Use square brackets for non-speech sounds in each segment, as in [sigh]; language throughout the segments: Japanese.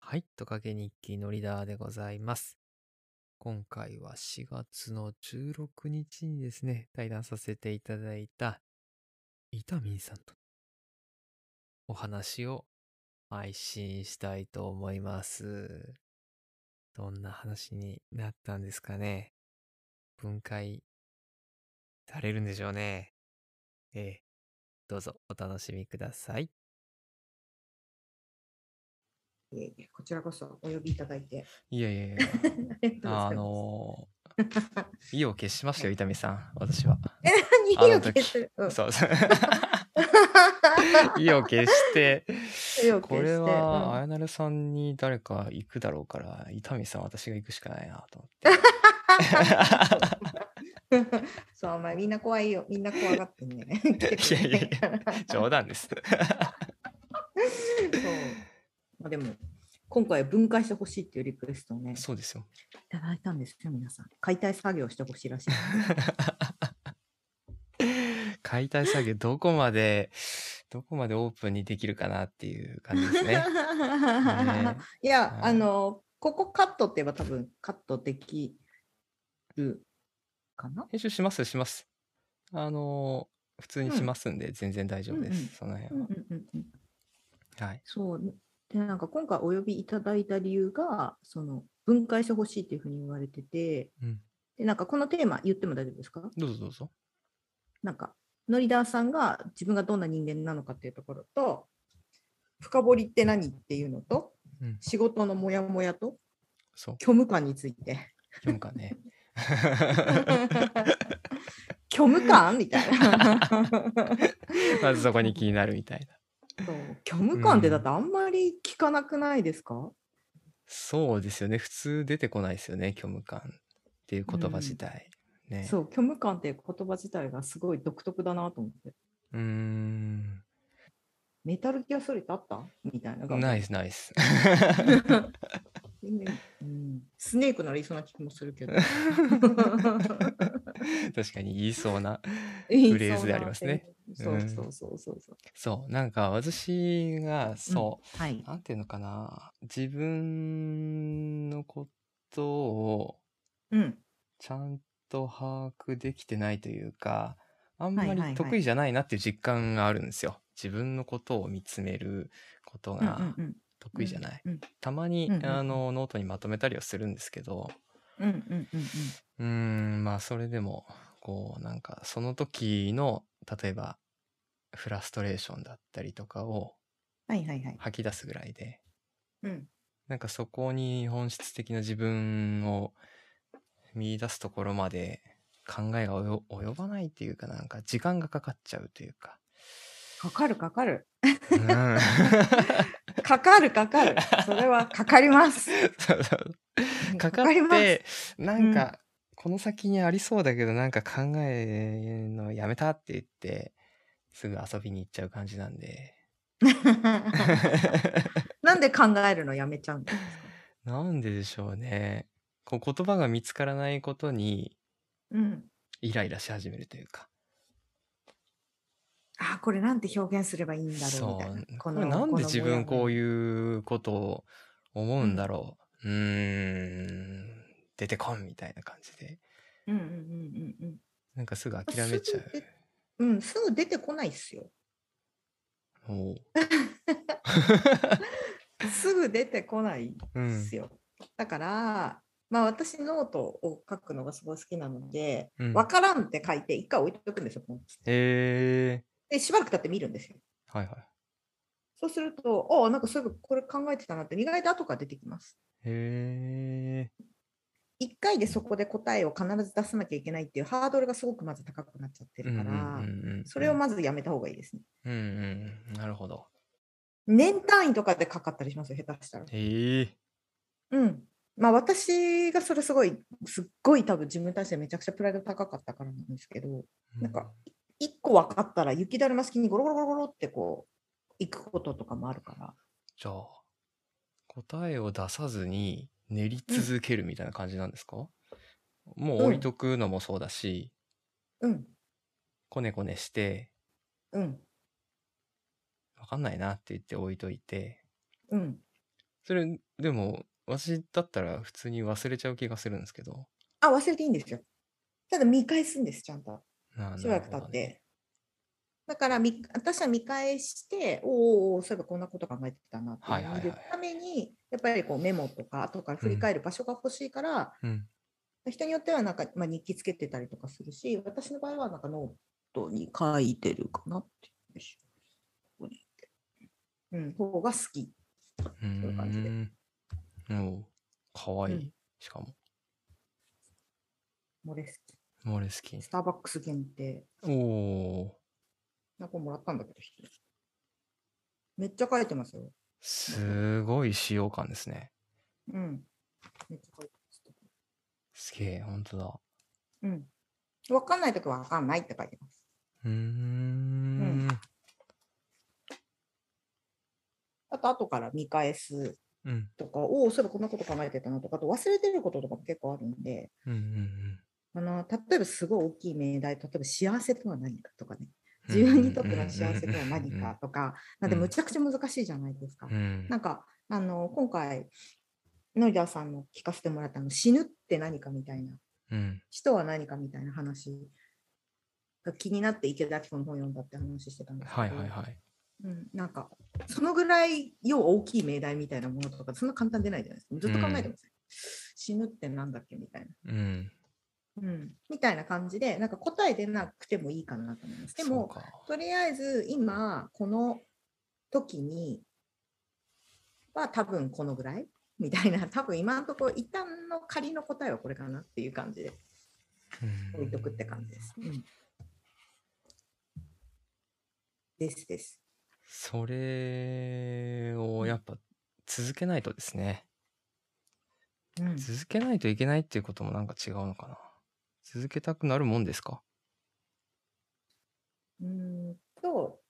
はい、トカゲ日記のリーダーでございます。今回は4月の16日にですね、対談させていただいた、イタミンさんとお話を配信したいと思います。どんな話になったんですかね。分解されるんでしょうね。ええ、どうぞお楽しみください。えー、こちらこそお呼びいただいて。いやいやいや。あ,あのー、 [laughs] 意を決しましたよ、伊丹さん、私は。え、何意を決する、うん、 [laughs] そうそう。意を決して、してこれは、うん、あやなるさんに誰か行くだろうから、伊丹さん、私が行くしかないなと思って。そう、まあ、みんな怖いよ。みんな怖がって [laughs] ね。 [laughs] いやいやいや、 [laughs] 冗談 [laughs] です。そうまあ、でも今回分解してほしいっていうリクエストをねそうですよいただいたんですよ皆さん解体作業してほしいらしい解体作業どこまでどこまでオープンにできるかなっていう感じですね [laughs] ね、 [laughs] いや、はい、あのここカットって言えば多分カットできるかな編集しますしますあの普通にしますんで、うん、全然大丈夫です、うんうん、その辺は、うんうんうんうん、はいそうでなんか今回お呼びいただいた理由がその分解してほしいっていうふうに言われてて、うん、でなんかこのテーマ言っても大丈夫ですかどうぞどうぞ。なんかノリダーさんが自分がどんな人間なのかっていうところと深掘りって何っていうのと、うん、仕事のモヤモヤと虚無感について。 [laughs] 虚無感ね。 [laughs] 虚無感みたい [laughs] な。まずそこに気になるみたいな。そう虚無感ってだってあんまり聞かなくないですか、うん、そうですよね普通出てこないですよね虚無感っていう言葉自体、うん、ねそう虚無感っていう言葉自体がすごい独特だなと思ってうんメタルギアソリッドあったみたいな [laughs] ナイスナイス、うん、スネークなら言いそうな気もす [laughs] るけど [laughs] 確かに言いそうなフレーズでありますねそうそうそうそうそう。そう、なんか私が、そう、うんはい、なんていうのかな、自分のことを、ちゃんと把握できてないというか、あんまり得意じゃないなっていう実感があるんですよ。自分のことを見つめることが得意じゃない。たまに、うんうん、あの、ノートにまとめたりはするんですけど、。うんうんうんううんん、まあそれでも、こうなんかその時の例えばフラストレーションだったりとかを吐き出すぐらいで、はいはいはい、うん、なんかそこに本質的な自分を見出すところまで考えが及ばないっていうかなんか時間がかかっちゃうというか。かかるかかる。うん、かかるかかる。それはかかります。 [laughs] そうそう [laughs] かかってなんか、うんこの先にありそうだけどなんか考えのやめたって言ってすぐ遊びに行っちゃう感じなんで [laughs] なんで考えるのやめちゃうんですかなんででしょうねこう言葉が見つからないことにイライラし始めるというか、うん、あこれなんて表現すればいいんだろうみたいなこれなんで自分こういうことを思うんだろううん出てこんみたいな感じで、うんうんうんうん、なんかすぐ諦めちゃううん、すぐ出てこないっすよ。すぐ出てこないっすよ。うん、だから、まあ、私ノートを書くのがすごい好きなので、うん、分からんって書いて一回置いとくんですよ。へでしばらく経って見るんですよ。はいはい、そうすると、あなんかそういえばこれ考えてたなって意外と後から出てきます。へえ。 1回でそこで答えを必ず出さなきゃいけないっていうハードルがすごくまず高くなっちゃってるから、うんうんうんうん、それをまずやめた方がいいですね。うんうん、なるほど。年単位とかでかかったりしますよ、下手したら。えー、うん。まあ私がそれすごい、すっごい多分自分に対してめちゃくちゃプライド高かったからなんですけど、うん、なんか1個分かったら雪だるま式にゴロゴロゴロゴロってこう、行くこととかもあるから。じゃあ、答えを出さずに、練り続けるみたいな感じなんですか、うん、もう置いとくのもそうだし、うん。こねこねして、うん。わかんないなって言って置いといて、うん。それ、でも、私だったら普通に忘れちゃう気がするんですけど。あ、忘れていいんですよ。ただ見返すんです、ちゃんと。なしばらく経なるほっどて。ねだからみ私は見返して、おーおーそういえばこんなこと考えてたなってはいはいはいいうのを見るために、やっぱりこうメモとか、後から振り返る場所が欲しいから、うん。人によってはなんか、まあ、日記つけてたりとかするし、私の場合はなんかノートに書いてるかなっていう。よいしょここにうん、方が好き。うういう感じでーん。おうかわいい。うんしかも。モレスキモレスキンス。ターバックス限定。おおなんかもらったんだけど、一人めっちゃ書いてますよ。すごい使用感ですね。うん。めっちゃ書いてます。すげえ、ほんとだ。うん。わかんないときはわかんないって書いてます。うーん。あと、後から見返すうん。とか、おお、そういえばこんなこと考えてたなとか、あと忘れてることとかも結構あるんで、うん。うん。うんあの例えばすごい大きい命題、例えば幸せとは何かとかね、自分にとっての幸せとは何か。とか、なんてむちゃくちゃ難しいじゃないですかうん。。うんなんか、あの今回、ノイダーさんの聞かせてもらったあの死ぬって何かみたいな、うん。死とは何かみたいな話が気になって池田明子の本読んだって話してたんですけど、はいはいはい。うん、なんかそのぐらい要は大きい命題みたいなものとかそんな簡単でないじゃないですかずっと考えてます、死ぬってなんだっけみたいうん。な、うん、みたいな感じでなんか答え出なくてもいいかなと思いますでそうもか、とりあえず今この時には多分このぐらいみたいな [laughs] 多分今のところ一旦の仮の答えはこれかなっていう感じでうん置いとくって感じです、うん、ですですそれをやっぱ続けないとですね。うん続けないといけないっていうこともなんか違うのかな。続けたくなるもんですかうーんと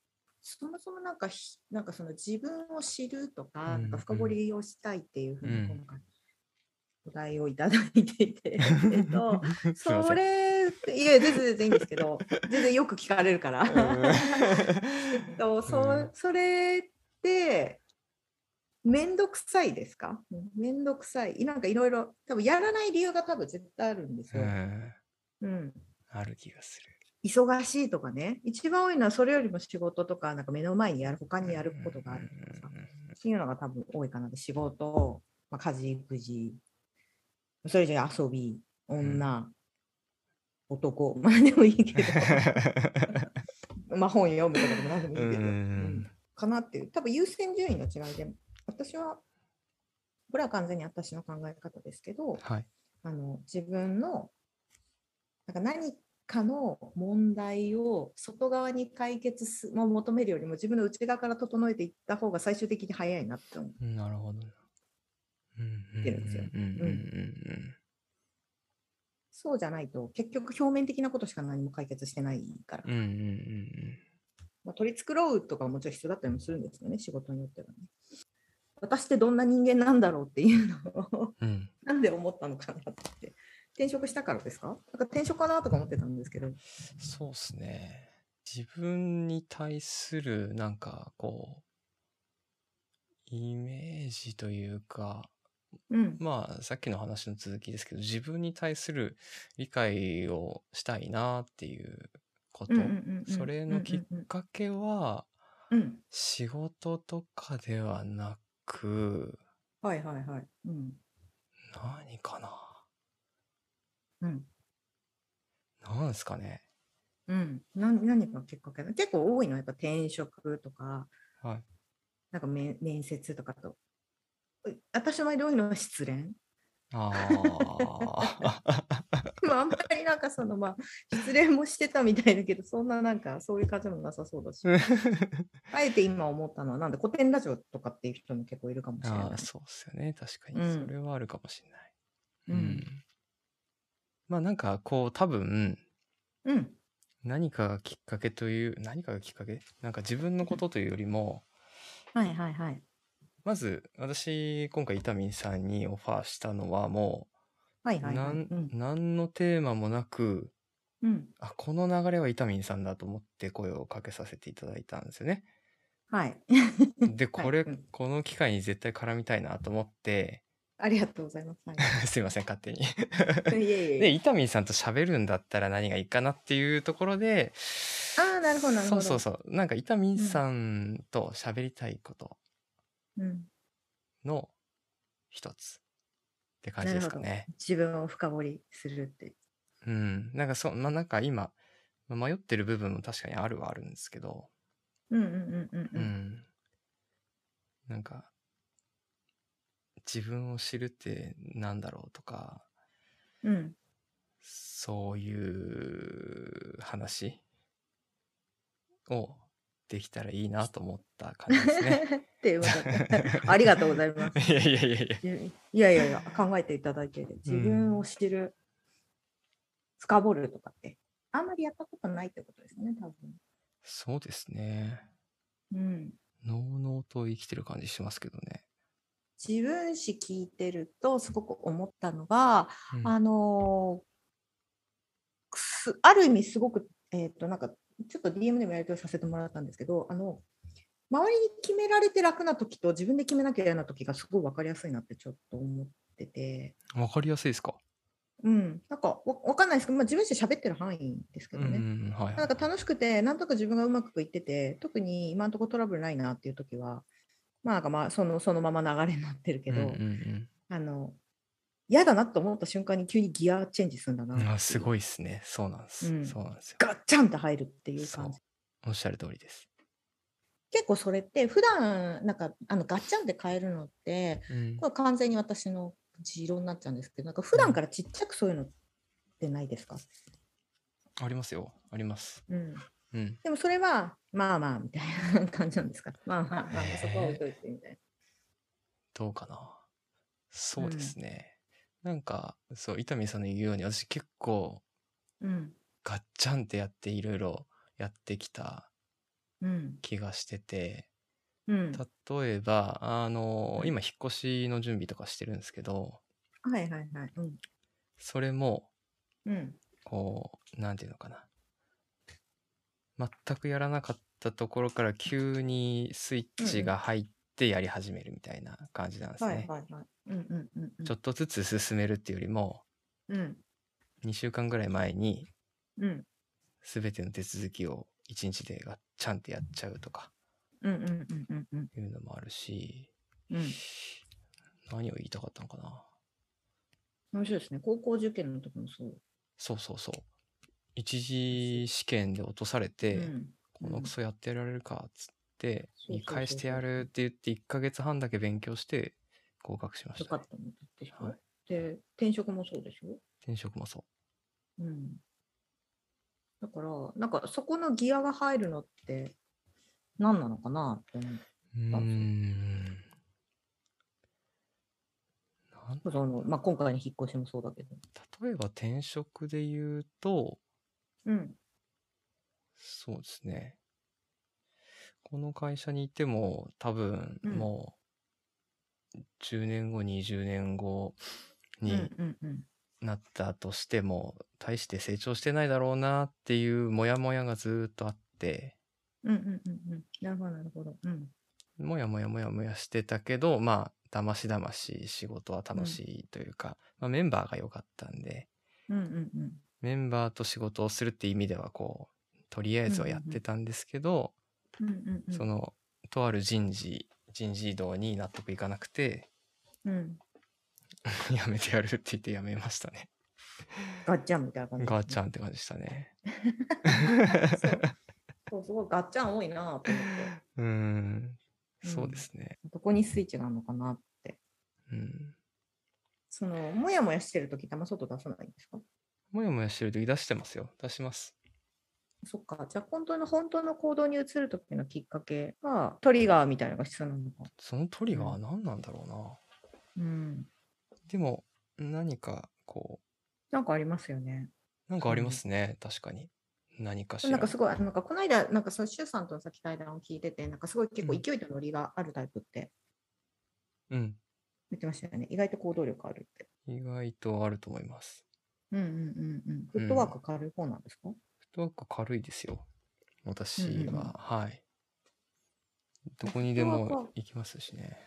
そもそもなんかひなんかその自分を知るとか,、うんなんか深掘りをしたいっていうふううんに今回お題をいただいていて、えっと、 [laughs] すいませんそれいや全然全然いいんです [laughs] けど全然よく聞かれるから、えっと [laughs] そうんそれってめんどくさいですかめんどくさいなんかいろいろ多分やらない理由が多分絶対あるんです [laughs] うよ。ん。うんある気がする。忙しいとかね、一番多いのはそれよりも仕事とか、なんか目の前にやる、他にやることがあるとかさ、そういうのが多分多いかなで、仕事、まあ、家事、育児、それ以上に遊び、女、男、まあでもいいけど、まあ本読むとかでも何でもいいけど、うんうんかなっていう、多分優先順位の違いで、私は、これは完全に私の考え方ですけど、 [laughs] はい。あの自分のなんか何かの問題を外側に解決すも求めるよりも自分の内側から整えていった方が最終的に早いなって思う。なるほど。うんうんってるんですようんうんうんそうじゃないと結局表面的なことしか何も解決してないから、うんうんうんうんまあ、取り繕うとかももちろん必要だったりもするんですよね仕事によってはね。私ってどんな人間なんだろうっていうのを [laughs] うんうんなんで思ったのかなって転職したからですかなんか転職かなとか思ってたんですけど。そうっすね。自分に対するなんかこう、イメージというか、うんまあさっきの話の続きですけど、自分に対する理解をしたいなっていうこと。うんうんうんうんそれのきっうんうんかけはうんうん仕事とかではなく、はいはいはい。うん何かうんななんですかね。うん、な何がきっかけなの結構多いのはやっぱ転職とか、はいなんか面面接とかと。う私の場合、多いのは失恋。ああ。 [laughs] まあ、あんまりなんかその、まあ、失恋もしてたみたいだけど、そんななんかそういう感じもなさそうだし、 [laughs] あえて今思ったのは、なんで古典ラジオとかっていう人も結構いるかもしれあなあ、い。そうっすよね。確かうに。んそれはあるかもしれない。ううんん。まあなんかこう多分うん。何かがきっかけという、何かがきっかけなんか自分のことというよりも、はいはいはい。まず私今回伊丹さんにオファーしたのはも、はいうはいはい。なうんん。何のテーマもなく、うん。あ、この流れは伊丹さんだと思って声をかけさせていただいたんですよね。はい。 [laughs] で、これ、うんこの機会に絶対絡みたいなと思って、 [laughs] ありがとうございます。はすいません、勝手に。 [laughs] い、いえいで、え。伊丹さんと喋るんだったら何がいいかなっていうところで、あーなるほどなるほどそうそうそう。なんか伊丹さんと喋りたいことうん、の一つって感じですかね。自分を深掘りするって。うん。なんかそ、まあ、なんか今、迷ってる部分も確かにあるはあるんですけど、うんうんうんうんううん。ん。なんか、自分を知るってなんだろうとか、うん、そういう話をできたらいいなと思った感じですね。っていうことで [laughs] ありがとうございます。いやいやいやいや。いやいやいや、考えていただいて、自分を知る、深掘るとかって、あんまりやったことないってことですね、多分。そうですね。うん、のうのうと生きてる感じしますけどね。自分史聞いてると、すごく思ったのが、うんあのーすある意味すごく、えっとなんかちょっと DM でもやり取りさせてもらったんですけどあの周りに決められて楽な時と自分で決めなきゃ嫌な時がすごい分かりやすいなってちょっと思ってて、わかりやすいですかうん、なんかわ分かんないですけど、まあ、自分自身喋ってる範囲ですけうどね、ん、はい。なんか楽しくて、なんとか自分がうまくいってて、特に今のところトラブルないなっていう時は、まあ、なんかまあそのそのまま流れになってるけど、うんうんあの嫌だなと思った瞬間に急にギアチェンジするんだなうん、あってすいうごいですね。そうなんです。うんそうなんですよ。ガッチャンって入るっていうそう感じ。おっしゃる通りです。結構それって普段なんかあのガッチャンって変えるのってうんこれ完全に私の持論になっちゃうんですけどなんか普段からちっちゃくそういうのってないですか、ありますよ。あります。うん、うん。でもそれはまあまあみたいな [laughs] 感じなんですかまあまあまあそこは置いといてみたいな。どうかな。そうですね。なんか、そう、伊丹さんの言うように、私結構、うんガッチャンってやっていろいろやってきたうん気がしてて、うん、例えば、あの、うん今引っ越しの準備とかしてるんですけど、はいはいはい。うんそれも、うんこう、なんていうのかな。全くやらなかったところから急にスイッチが入ってやり始めるみたいな感じなんですはいね。はいはい。うんうんうんうんちょっとずつ進めるっていうよりも、うん2週間ぐらい前にうん全ての手続きを1日でガッチャンってやっちゃうとかうんうんうんうんうんいうのもあるし、うん何を言いたかったのかな。面白いですね高校受験の時もそう。そうそうそう。一次試験で落とされて、うんこのクソやってられるかっつって、そうそうそうそう見返してやるって言って1ヶ月半だけ勉強して合格しましよかた、ったのでしょ、はいで転職もそうでしょ、転職もそうん、だからなんかそこのギアが入るのって何なのかなって思うう。うー。あそうんなんその、まあ、今回の引っ越しもそうだけど、例えば転職で言うと、うんそうですね。この会社にいても多分うんもう10年後、20年後に、うんうんうんなったとしても大して成長してないだろうなっていうモヤモヤがずーっとあってうんうんうんうんなるほどなるほど、うん、モヤモヤモヤモヤしてたけどまあだましだまし仕事は楽しいというか、まあ、メンバーが良かったんでうんうんうんメンバーと仕事をするって意味ではこうとりあえずはやってたんですけど、うんうんうんそのとある人事人事異動に納得いかなくて [laughs] うんやめてやるって言ってやめましたねガッチャンみたいな感じ、ガーちゃンんって感じでしたねそうそうすごいガッチャン多いなと思ってうーんうんそうですねどこにスイッチがあるのかなってうんそのもやもやしてる時ってあんま外出さないんですかもやもやしてる時出してますよ。出します。そっか、じゃあ本当の本当の行動に移るときのきっかけはトリガーみたいなのが必要なのか。そのトリガーは何なんだろうな。うん。でも、何かこなんかありますよね。う、なんかありますね。確かに。何かしら。なんかすごい、なんかこの間、なんかその周さんとのさっき対談を聞いてて、なんかすごい結構うん勢いとノリがあるタイプってうん。言ってましたよね。意外と行動力あるって。意外とあると思います。うんうんうんうん。フットワーク軽い方なんですフか、ットワーク軽いですよ。私は。うんうんうんはい。どこにでフットワークもは行きますしね。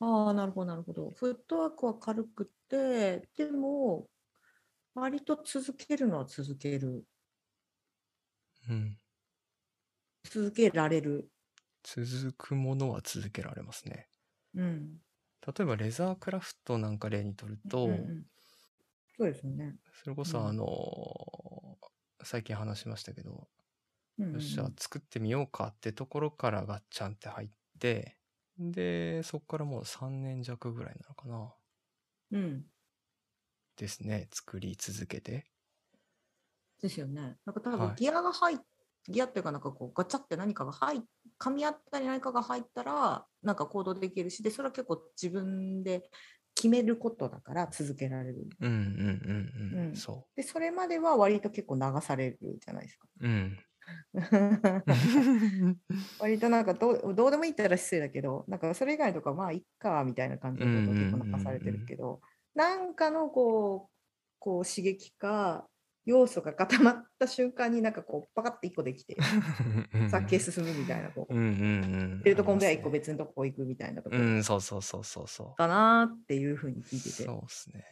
ああ、なるほど、なるほど。フットワークは軽くて、でも、割と続けるのは続ける、うん。続けられる。続くものは続けられますね。うん。例えばレザークラフトなんか例にとると、うんうんそうですよね。それこそうんあのー最近話しましたけど、うんうんよっしゃ作ってみようかってところからガッチャンって入ってでそこからもう3年弱ぐらいなのかなうん。うんですね作り続けてですよね。なんか多は分いギアが入っ、ギアっていうかなんかこうガチャって何かが入っ、噛み合ったり何かが入ったらなんか行動できるし、で、それは結構自分で決めることだから続けられる。うんうんうんうん、うんそで、それまでは割と結構流されるじゃないですか。 [laughs] ううん [laughs] 割となんかどうどうでもいいったら失礼だけどなんかそれ以外とかまあいっかみたいな感じのことを結う構んうんうんうん泣かされてるけど、なんかのこうこう刺激か要素が固まった瞬間になんかこうパカッて1個できて殺系進むみたいなこううんうんうんベルトコンベア1個あり別のとこ行くみたいなとまこすねうんそうそうそうそうそだなーっていうふうにう聞いててそうっすね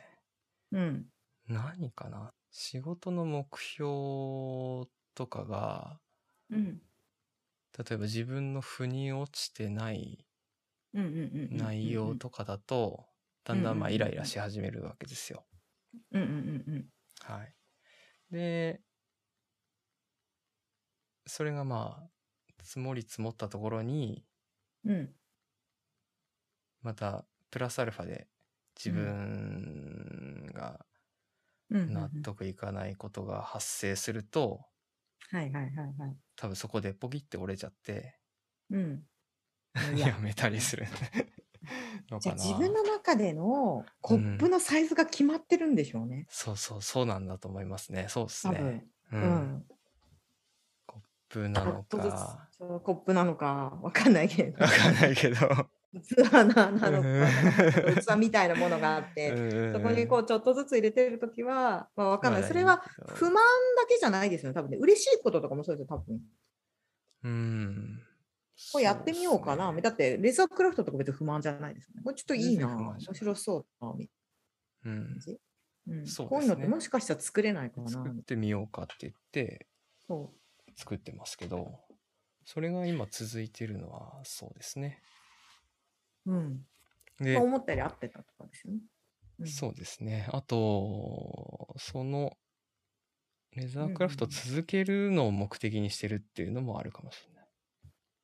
うん何かな仕事の目標とかがうん例えば自分の腑に落ちてないうんうんうんうん内容とかだと、だんだんまあイライラし始めるわけですよ。うんうんうんはい。で、それがまあ、積もり積もったところに、うんうんまたプラスアルファで自うん分がうんうんうん納得いかないことが発生すると、はいはいはいはい多分そこでポキって折れちゃって、 [laughs] うんいややめたりするのじかゃあな。自分の中でのコップのサイズが決まってるんでしょうね、そうそう、そうなんだと思いますね。そうです多分、ね。ううんん。プーなのちょっとずか。つそうコップなのかわかんないけどわかんないけど。器ななのうんか器みたいなものがあってそこにこうちょっとずつ入れてるときは、まあ、わかんないまだいいそれはけど不満だけじゃないですよね多分ね嬉しいこととかもそうですよ多分うん。うん。これやってみようかな、そですねだってレザークラフトとか別に不満じゃないですよねこれちょっといいな全然不満面じゃない白そうだなみうたいな感ん。じ、うんそうですねこういうのってもしかしたら作れないかな作ってみようかって言ってそう作ってますけど、それが今続いてるのはそうですね。うんでまあ、思ったより合ってたとかですよね。うんそうですね。あと、その、レザークラフトうんうん続けるのを目的にしてるっていうのもあるかもしれない。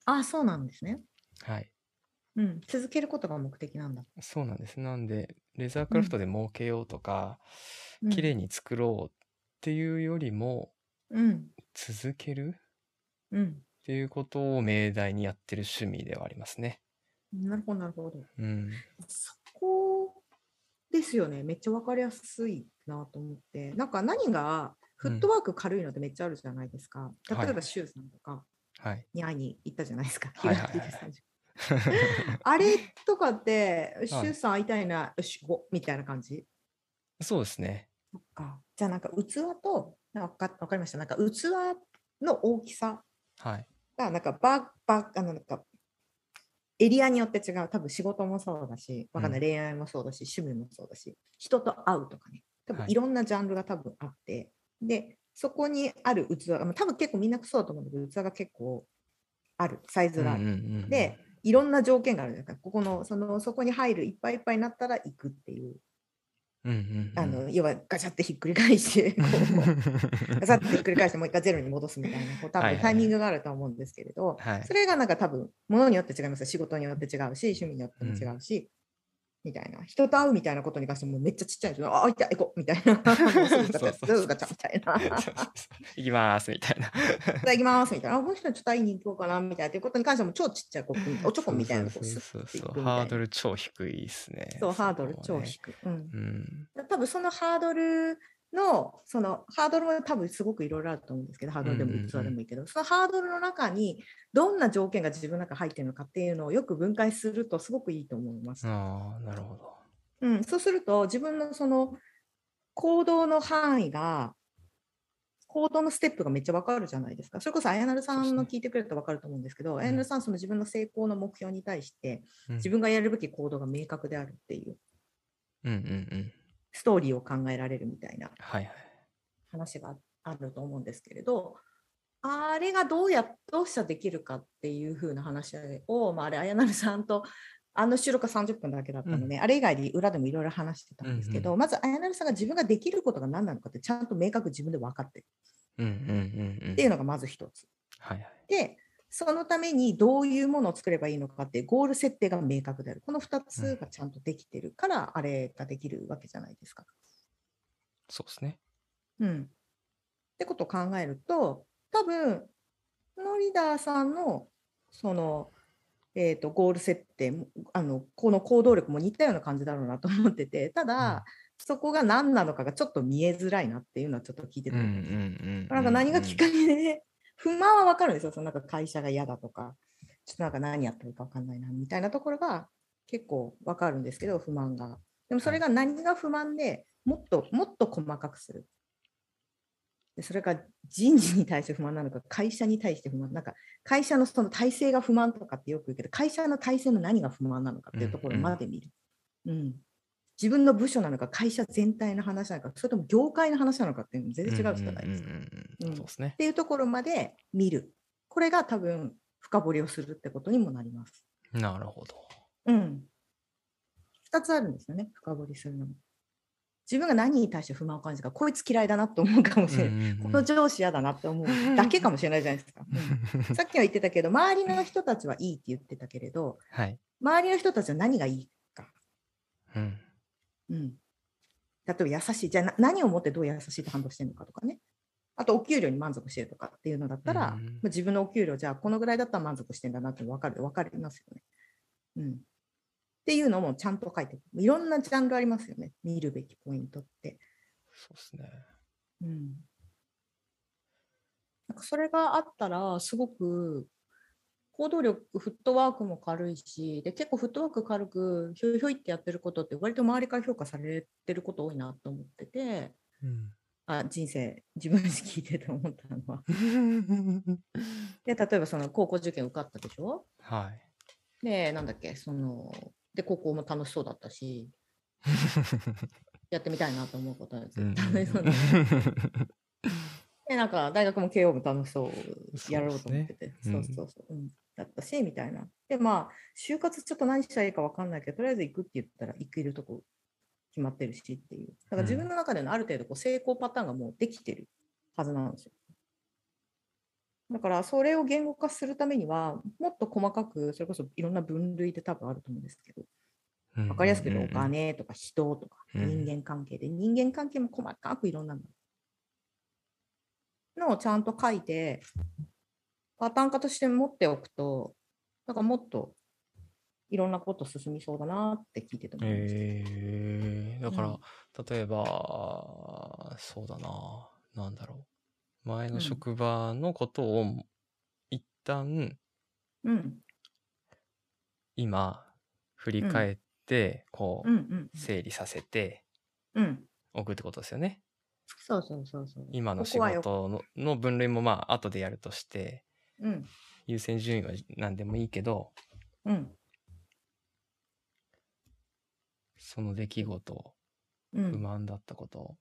あそうなんですね、はい。うん。続けることが目的なんだ。そうなんです。なんで、レザークラフトで儲けようとか、綺麗に。に作ろうっていうよりも、うん。続けるうん。っていうことを命題にやってる趣味ではありますね。なるほど、なるほど。うん。そこですよね。めっちゃ分かりやすいなと思って。なんか何がフットワーク軽いのってめっちゃあるじゃないですか。はい例えば、シュウさんとかはい。に会いに行ったじゃないですか。はいはいはい日替わりで30あれとかって、シュウさん会いたいな、よし、ごみたいな感じ。そうですね。そっかじゃあなんか器となんか分かりましたなんか器の大きさはい。がなんかバッバッあのなんかエリアによって違う多分仕事もそうだしわかんない、う恋愛もそうだし趣味もそうだし人と会うとかね多分はいいろんなジャンルが多分あって、でそこにある器がまあ多分結構みんなそうだと思うんだけど器が結構あるサイズがある、うんうんうんうんで、いろんな条件があるじゃないですかここのそのそこに入るいっぱいいっぱいになったら行くっていう、うんうんうん、あ [laughs] の要はガチャってひっくり返してこう [laughs] ガサッとひっくり返してもう一回ゼロに戻すみたいな、こう多はいはいはい分タイミングがあるとは思うんですけれど、はいそ。れがなんか多分、ものによって違いますよ仕事によって違うし、趣味によっても違うし、みたいな。人と会うみたいなことに関してもめっちゃちっちゃいんですよ。あ、あ、行った、行こうみたいな。 [laughs] もうすぐガチャ、すぐガチャみたい [laughs] な。そうそうそう行きますみたいな。いただきますみたいな。あ、この人にちょっと会いに行こうかなみたいな。ということに関しても超ちっちゃいコップみたいな、おちょこみたいな。こそううスそうッてそういくみそう。たいなハードル超低いですね。そう、ハードルこ超はね低い。うん。うん。多分そのハードルのそのハードルも多分すごくいろいろあると思うんですけどハードルでうんうんうもん器でもいいけど、そのハードルの中にどんな条件が自分の中入ってるのかっていうのをよく分解するとすごくいいと思います。ああ、なるほど。うんそうすると自分のその行動の範囲が行動のステップがめっちゃわかるじゃないですか。それこそ、あやなるさそうですんねの聞いてくれたらわかると思うんですけど、んあやなるさん、その自分の成功の目標に対して、うん自分がやるべき行動が明確であるっていう、うんうんうん。ストーリーを考えられるみたいなはいはい。話があると思うんですけれど、あれがどうやどうしたらできるかっていう風な話を、まあ、あれ、綾成さんと、あの収録は30分だけだったので、あれ以外に裏でもいろいろ話してたんですけど、うんまず綾成さんが自分ができることが何なのかって、ちゃんと明確自分で分かってるうんうんうんうん。っていうのがまず一つ。はいはい。で、そのためにどういうものを作ればいいのかって、ゴール設定が明確である。この2つがちゃんとできてるから、あれができるわけじゃないですか。そうですね。うん、ってことを考えると多分のリーダーさんのその、えー、とゴール設定もあのこの行動力も似たような感じだろうなと思っててただ、うんそこが何なのかがちょっと見えづらいなっていうのはちょっと聞いてうんたうんんでうす、んうん。なんか何がきっかけで、不満は分かるんですよそのなんか会社が嫌だとかちょっとなんか何やってるか分かんないなみたいなところが結構分かるんですけど不満がでもそれが何が不満でもっともっと細かくするでそれが人事に対して不満なのか会社に対して不満なんか会社のその体制が不満とかってよく言うけど会社の体制の何が不満なのかっていうところまで見る、うん、自分の部署なのか会社全体の話なのかそれとも業界の話なのかっていうのも全然違うじゃないですかうんうんうんううんんそうですねっ。ていうところまで見る。これが多分深掘りをするってことにもなります。なるほど。うん。2つあるんですよね、深掘りするのも。自分が何に対して不満を感じるか、こいつ嫌いだなと思うかもしれない。このの上司嫌だなって思うだけかもしれないじゃないですか。うんさっきは言ってたけど、周りの人たちはいいって言ってたけれど、 [laughs] はい。周りの人たちは何がいいか。うん。うん。例えば優しい。じゃあな何をもってどう優しいと反応してるのかとかね。あとお給料に満足してるとかっていうのだったら、うんまあ自分のお給料じゃあこのぐらいだったら満足してんだなって分かる分かりますよね。うん。っていうのもちゃんと書いてる。いろんなジャンルありますよね。見るべきポイントって。そうですね。うん。なんかそれがあったらすごく行動力、フットワークも軽いし、で結構フットワーク軽くひょいひょいってやってることって割と周りから評価されてること多いなと思ってて、あ人生自分自身聞いてて思ったのは。で例えばその高校受験受かったでしょ [laughs] はい。 [laughs] でなんだっけそので高校も楽しそうだったしやってみたいなと思うことはう絶ん対そうだね [laughs] でなんか大学も慶応も楽しそうやろうと思っててそうですねそうんう,、そうそう、うん、だったしみたいなでまあ就活ちょっと何したらいいか分かんないけどとりあえず行くって言ったら行けるとこ決まってるしっていうだから自分の中でのある程度こう成功パターンがもうできてるはずなんですよだからそれを言語化するためにはもっと細かくそれこそいろんな分類で多分あると思うんですけど分かりやすく言うとお。金とか人とかうん人間関係で、人間関係も細かくいろんなののをちゃんと書いてパターン化として持っておくとなんかもっといろんなこと進みそうだなって聞いてて思いましたえー、だから、う例えば、そうだな、なんだろう。前うのん職場のことを、一旦、うん今、振り返って、こうんうんう、整理させてうんおくってことですよね。そうそうそうそう今のこ仕こはよ事のの分類もまあ、後でやるとして、うん優先順位は何でもいいけど、うんその出来事、う不ん満だったこと、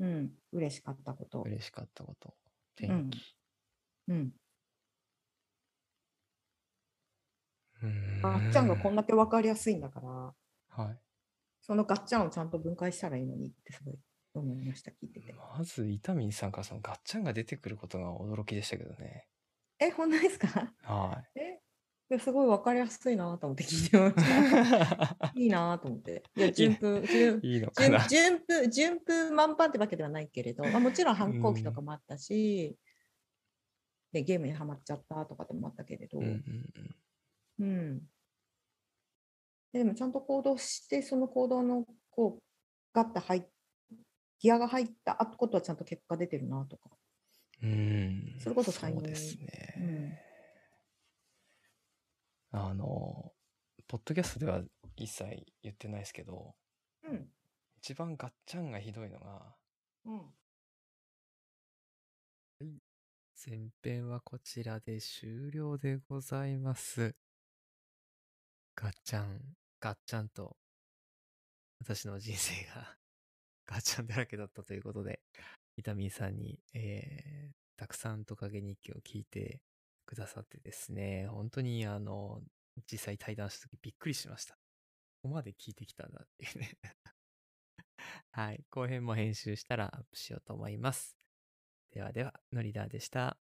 うん嬉しかったこと嬉しかったこと、う天ん気。うんうガッチャンがこんだけ分かりやすいんだからはい。そのガッチャンをちゃんと分解したらいいのにってすごい思いました聞いててまず、伊丹さんからそのガッチャンが出てくることが驚きでしたけどね。え本当ですかはえいやすごい分かりやすいなと思って聞いて [laughs] ま [laughs] した。い。いいなと思って。いや、順風、順いいのか順な。順風、順風満帆ってわけではないけれど、まあ、もちろん反抗期とかもあったし、で、ゲームにはまっちゃったとかでもあったけれど、ううんうんん。うんでも、ちゃんと行動して、その行動の、こう、ガッと入っギアが入ったことはちゃんと結果出てるなとか。うん。それこそ才能うですうね。ん。あの、ポッドキャストでは一切言ってないですけど、うん。一番ガッチャンがひどいのが、うん前編はこちらで終了でございます。ガッチャン、ガッチャンと、私の人生が [laughs] ガッチャンだらけだったということで、伊丹さんに、えー、たくさんトカゲ日記を聞いてくださってですね、本当にあの、実際対談した時びっくりしました。ここまで聞いてきたんだっていうね。 [laughs] はい。後編も編集したらアップしようと思います。ではでは、ノリダーでした。